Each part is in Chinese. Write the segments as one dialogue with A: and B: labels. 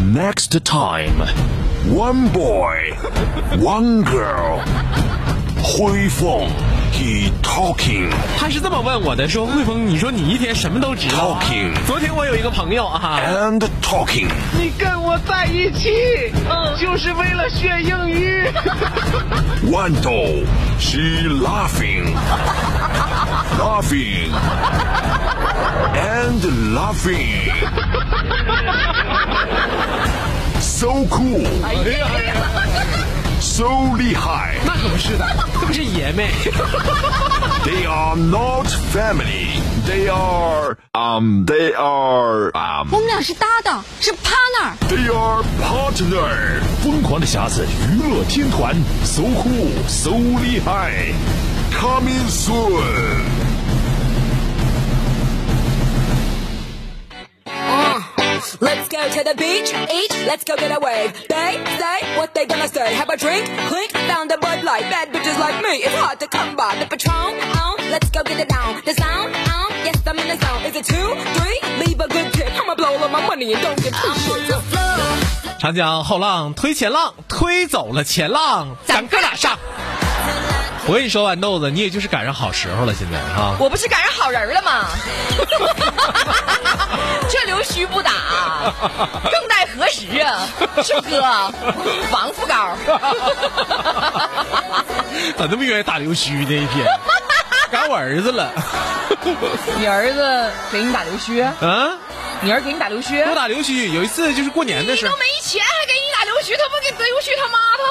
A: Next time, one boy, one girl. 灰凤，he talking
B: 他是这么问我的，说汇丰，你说你一天什么都知道啊
A: Talking
B: 昨天我有一个朋友啊，
A: and talking。
C: 你跟我在一起，就是为了学英语。
A: Wando, she laughing, laughing, and laughing. So cool, so 厉害.
B: 那可不是的， 这不是爷们。
A: They are not family. They are um. They are um.
D: 我们俩是搭档，是 partner。
A: They are partner. 疯狂的匣子娱乐天团，so cool, so 厉害，coming soon.
E: Let's go to the beach, eat, let's go get a wave. They say what they gonna say. Have a drink, clink, found a bud light. Bad bitches like me, it's hard to come by. The patron, on, let's go get it down. The sound, on, yes, I'm in the zone. Is it two, three? Leave a good tip. I'ma blow all my money and don't give
F: Um,
E: a shit.
B: 长江后浪推前浪，推走了前浪，咱哥俩上。我跟你说，豌豆子，你也就是赶上好时候了，现在哈、
F: 我不是赶上好人了吗？ 这溜须不打，更待何时啊？是哥，王副高，
B: 咋那么愿意打溜须呢？一 天，赶我儿子了，
F: 你儿子给你打溜须？
B: 啊，
F: 你儿子给你打溜须？
B: 给我打溜须。有一次就是过年的
F: 你
B: 时候
F: 都，没钱还给你打溜须，他不给得溜须他妈的。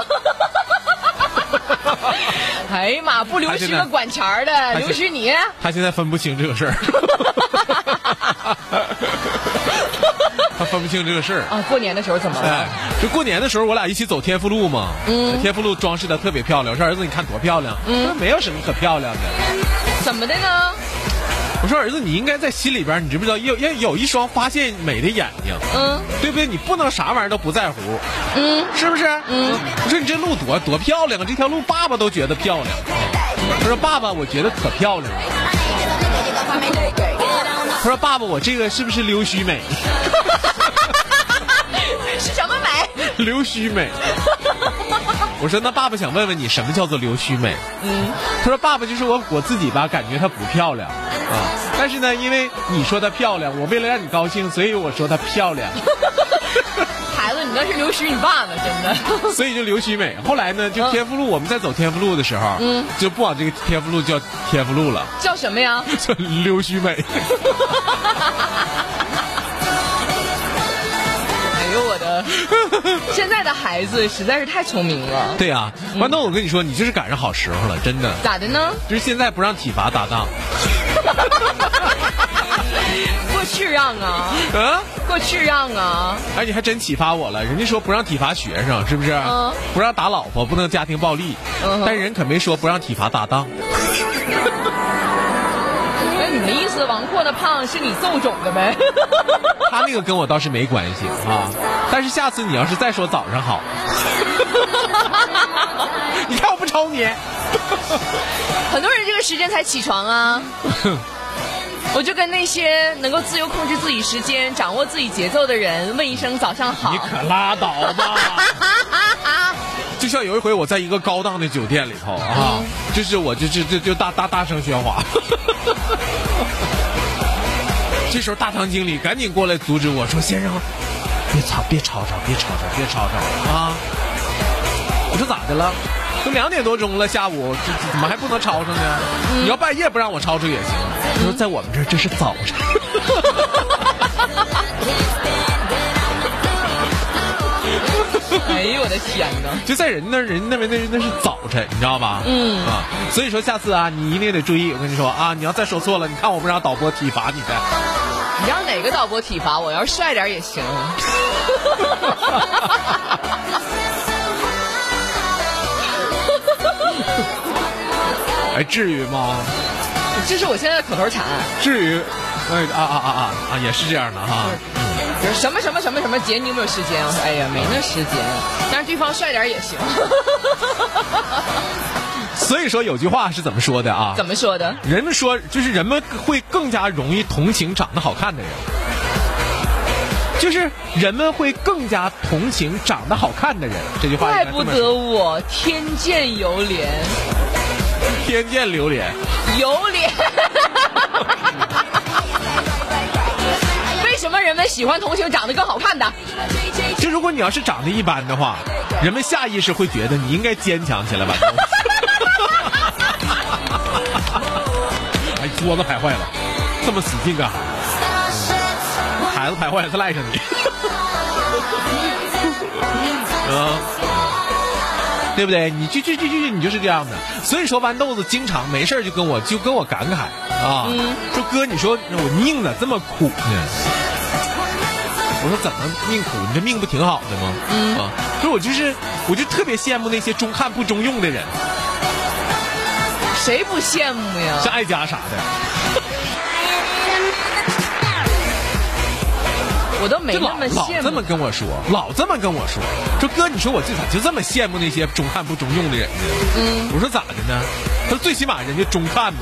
F: 哎呀妈，不留
B: 还真
F: 须
B: 的
F: 个管钱儿
B: 真
F: 的，留须你。
B: 他现在分不清这个事儿， 他分不清这个事儿。
F: 啊，过年的时候怎么了？
B: 哎，就过年的时候，我俩一起走天福路嘛。嗯，天福路装饰的特别漂亮。我说儿子，你看多漂亮。嗯，没有什么可漂亮的。
F: 怎么的呢？
B: 我说儿子，你应该在心里边，你知不知道，要要有一双发现美的眼睛，
F: 嗯，
B: 对不对？你不能啥玩意儿都不在乎，嗯，是不是？嗯，我说你这路多多漂亮啊，这条路爸爸都觉得漂亮。他说爸爸，我觉得可漂亮了。他说爸爸，我这个是不是溜须美？
F: 是什么美？
B: 溜须美。我说那爸爸想问问你，什么叫做溜须美？嗯，他说爸爸就是我我自己吧，感觉她不漂亮啊，但是呢，因为你说她漂亮，我为了让你高兴，所以我说她漂 亮，
F: 孩子，你那是留须你爸呢，真的。
B: 所以就溜须美。后来呢，
F: 嗯
B: 就天福路，我们在走天福路的时候，嗯，就不往这个天福路叫天福路了，
F: 叫什么呀？
B: 叫溜须美。
F: 哎呦我的！现在的孩子实在是太聪明了，
B: 对啊，
F: 嗯
B: 豌豆，我跟你说，你就是赶上好时候了，真的。
F: 咋的呢？
B: 就是现在不让体罚搭档，
F: 过去让啊，
B: 啊。
F: 过去让啊，
B: 哎，你还真启发我了。人家说不让体罚学生，是不是？
F: 嗯
B: 不让打老婆，不能家庭暴力。
F: 嗯哼
B: 但人可没说不让体罚搭 档。
F: 那哎你的意思，王阔的胖是你揍肿的呗？
B: 他那个跟我倒是没关系啊。但是下次你要是再说早上好， 你看我不抽你。
F: 很多人这个时间才起床啊。我就跟那些能够自由控制自己时间、掌握自己节奏的人问一声早上好
B: 你。可拉倒吧！就像有一回我在一个高档的酒店里头啊，就是我就就就就大大大声喧哗，这时候大堂经理赶紧过来阻止我说：“先生，别吵，别吵吵，别吵吵，别吵吵啊！”我说：“咋的了？都两点多钟了，下午这这怎么还不能吵吵呢？你要半夜不让我吵吵也行。”他说：“在我们这儿这是早上。”
F: 哎呦我的天哪！
B: 就在人那儿人那边那那是早晨，你知道吧？嗯啊，所以说下次啊，你一定得注意。我跟你说啊，你要再说错了，你看我不让导播体罚你呗。
F: 你让哪个导播体罚我？要是帅点儿也行。
B: 哎，至于吗？
F: 这是我现在的口头禅，
B: 至于？哎啊啊啊啊啊，也是这样的哈、
F: 就是什么什么什么什么姐，你有没有时间？我说哎呀，没那时间。但是对方帅点儿也行。
B: 所以说有句话是怎么说的啊？
F: 怎么说的？
B: 人们说，就是人们会更加容易同情长得好看的人。就是人们会更加同情长得好看的人。这句话应
F: 怪
B: 该
F: 不
B: 这么说
F: 得我天见犹怜，
B: 天见榴莲。
F: 犹怜。为什么人们喜欢同情长得更好看的？
B: 就如果你要是长得一般的话，人们下意识会觉得你应该坚强起来吧。 哎，桌子拍坏了，这么使劲干啥？孩子拍坏了，他赖上 你。嗯，对不对？你就就就就你就是这样的。所以说，豌豆子经常没事儿就跟我就跟我感慨啊，说哥，你说我命咋这么苦呢？我说怎么命苦？你这命不挺好的吗？嗯啊，可是我就是，我就特别羡慕那些中看不中用的人，
F: 谁不羡慕呀？
B: 像艾佳啥的，
F: 我都没
B: 就
F: 那
B: 老
F: 么
B: 老
F: 羡
B: 这
F: 慕
B: 么。跟我说，老这么跟我说，说哥，你说我这咋就这么羡慕那些中看不中用的人呢？嗯，我说咋的呢？他说最起码人家中看嘛，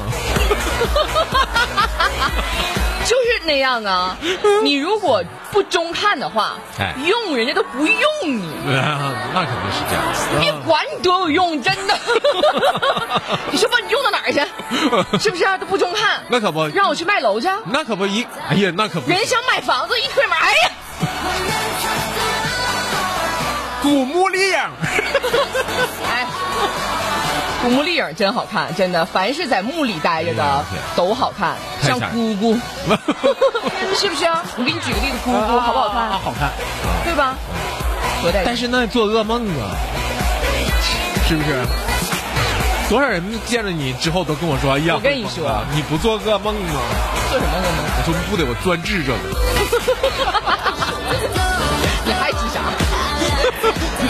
F: 就是那样啊。你如果不中看的话，
B: 嗯哎
F: 用人家都不用你，
B: 那肯定是这样
F: 别
B: 子。
F: 管你多有用，真的。 你说吧，你用到哪 儿去？是不是、啊、都不中看？
B: 那可不
F: 让我去卖楼去。啊
B: 那可不一，哎呀，那可不，
F: 人想买房子，一推门，哎呀，
B: 古墓丽影，
F: 哎， 古墓丽影真好看，真的，凡是在墓里待着
B: 哎呀
F: 的
B: 我天
F: 都好看，
B: 太
F: 像
B: 吓人
F: 姑姑， 是不是、啊？我给你举个例子，姑姑好不好
B: 啊
F: 看？
B: 好看，
F: 对吧？多带劲
B: 但是那做噩梦啊，是不是？多少人见着你之后都跟我说：“哎呀，
F: 我跟你说
B: 你不做噩梦吗
F: 做什么呢？？”
B: 我说：“不得，我专治这个。
F: 你还急啥？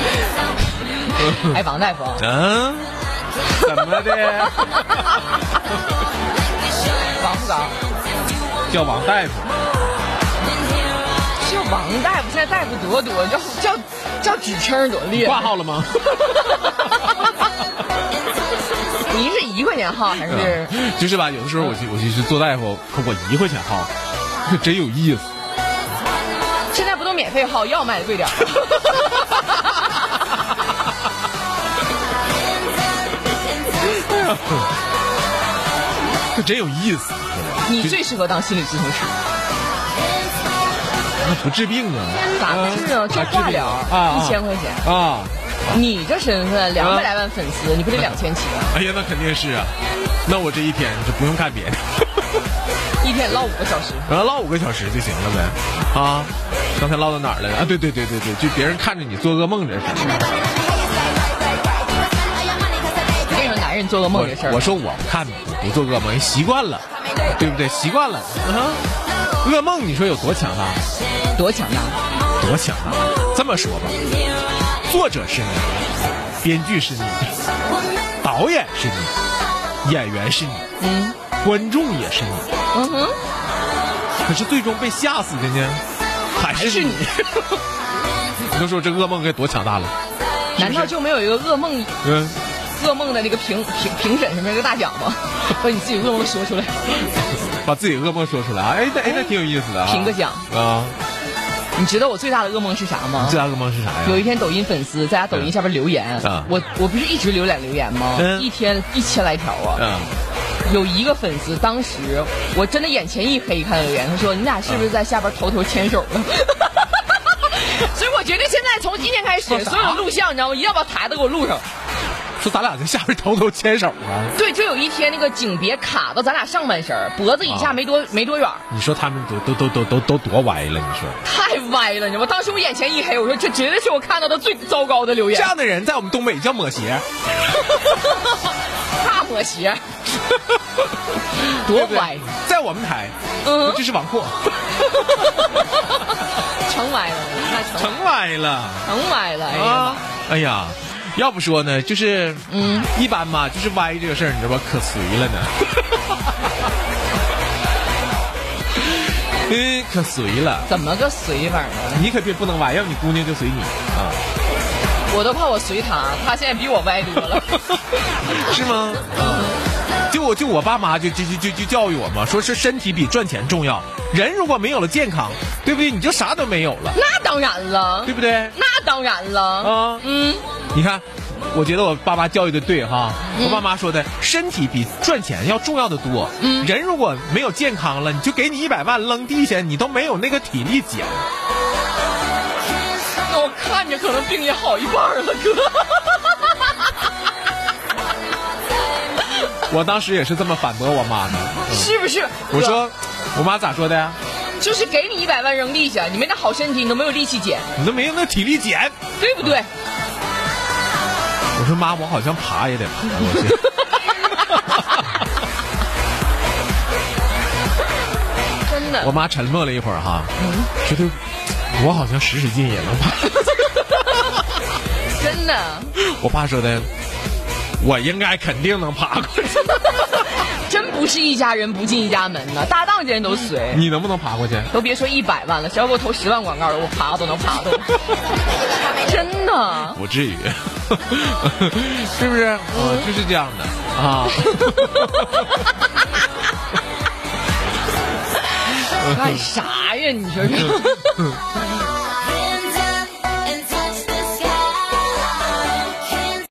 F: 哎，王大夫，”
B: 嗯，怎么的？
F: 王副高，
B: 叫王大夫，
F: 这王大夫现在大夫多多，叫叫叫纸称儿多厉
B: 挂
F: 害。
B: 号了吗？
F: 你是一块钱号还
B: 嗯
F: 是？
B: 啊就是吧，有的时候我去我去去做大夫，可我一块钱号， 可真有意思。
F: 现在不都免费号，药卖的贵点儿。
B: 可真有意思，
F: 你最适合当心理咨询师，
B: 那不治病啊？
F: 咋回事啊？就
B: 啊
F: 化疗
B: 治病啊，
F: 一千块钱。
B: 啊！
F: 你这身份两百来万粉丝，你不得两千起啊？
B: 哎呀，那肯定是啊。那我这一天就不用干别的。
F: 一天唠五个小时，
B: 然后唠五个小时就行了呗，啊，刚才唠到哪儿来着？啊，对对对对对，就别人看着你做噩梦这事儿。
F: 我跟你说，男人做噩梦这事
B: 我我
F: 儿，
B: 说我看不做噩梦，习惯了，对不对？习惯了，啊，噩梦你说有多强大？
F: 多强大！
B: 多强大！这么说吧，作者是你，编剧是你，导演是你，演员是你，
F: 嗯
B: 观众也是你，
F: 嗯哼，
B: 可是最终被吓死的呢，还是你。你 都说这噩梦该多强大了，
F: 难道就没有一个噩梦
B: 嗯。
F: 噩梦的那个评评评审上面一个大奖 吗？把你自己噩梦说出来，
B: 把自己噩梦说出来啊！哎，那哎那挺有意思的啊！
F: 评个奖
B: 啊！
F: 你知道我最大的噩梦是啥吗
B: 最？大噩梦是啥呀？
F: 有一天，抖音粉丝在他抖音下边留言，
B: 嗯
F: 我我不是一直浏览留言吗？
B: 嗯
F: 一天一千来条啊！
B: 嗯，
F: 有一个粉丝当时我真的眼前一黑，看留言，他说你俩是不是在下边头头牵手呢？ 所以我决定现在从今天开始，
B: 哦说啥
F: 所有的录像你知道吗？一定要把台子给我录上。
B: 说咱俩在下边偷偷牵手啊？
F: 对，就有一天那个景别卡到咱俩上半身儿，脖子以下
B: 啊
F: 没多、没多远儿，
B: 你说他们都都都都都都多歪了？你说
F: 太歪了，你知道吗？当时我眼前一黑，我说这绝对是我看到的最糟糕的留
B: 这
F: 言，
B: 样的人在我们东北叫抹鞋，
F: 大 抹鞋，多
B: 对不对
F: 歪，，
B: 在我们台，
F: 嗯
B: 这，是网阔，
F: 成歪了，那成
B: 成歪了
F: 成歪了，哎呀妈
B: 啊！哎呀。要不说呢，就是
F: 嗯，
B: 一般吧，就是歪这个事儿，你知道吧，可随了呢， 嗯，可随了，
F: 怎么个随法呢？
B: 你可别不能歪，要你姑娘就随你啊。
F: 我都怕我随他，他现在比我歪多了。
B: 是吗？啊，就我就我爸妈就就就就就教育我嘛，说是身体比赚钱重要。人如果没有了健康，对不对？你就啥都没有了，
F: 那当然了
B: 对，不对？
F: 那当然了。
B: 啊，
F: 嗯，
B: 你看，我觉得我爸妈教育的对哈，我爸妈说的，身体比赚钱要重要的多。
F: 嗯
B: 人如果没有健康了，你就给你一百万扔地下，你都没有那个体力捡。
F: 那我看着可能病也好一半了， 哥。
B: 我当时也是这么反驳我妈的，
F: 是不是？
B: 我
F: 哥
B: 说，我妈咋说的呀？
F: 就是给你一百万扔地下，你没那好身体，你都没有力气捡，
B: 你都没有那体力捡。
F: 对不对？
B: 啊我说妈，我好像爬也得爬过去。
F: 真的
B: 我。妈沉默了一会儿哈，觉得我好像使使劲也能爬。
F: 真的，
B: 我爸说的，我应该肯定能爬过去。
F: 真不是一家人不进一家门呐，搭档间都随。
B: 你能不能爬过去？
F: 都别说一百万了，只要给我投十万广告了，我爬都能爬 动。真的，
B: 不至于， 是不是？嗯，就是这样的啊。嗯
F: 干啥呀？你说说。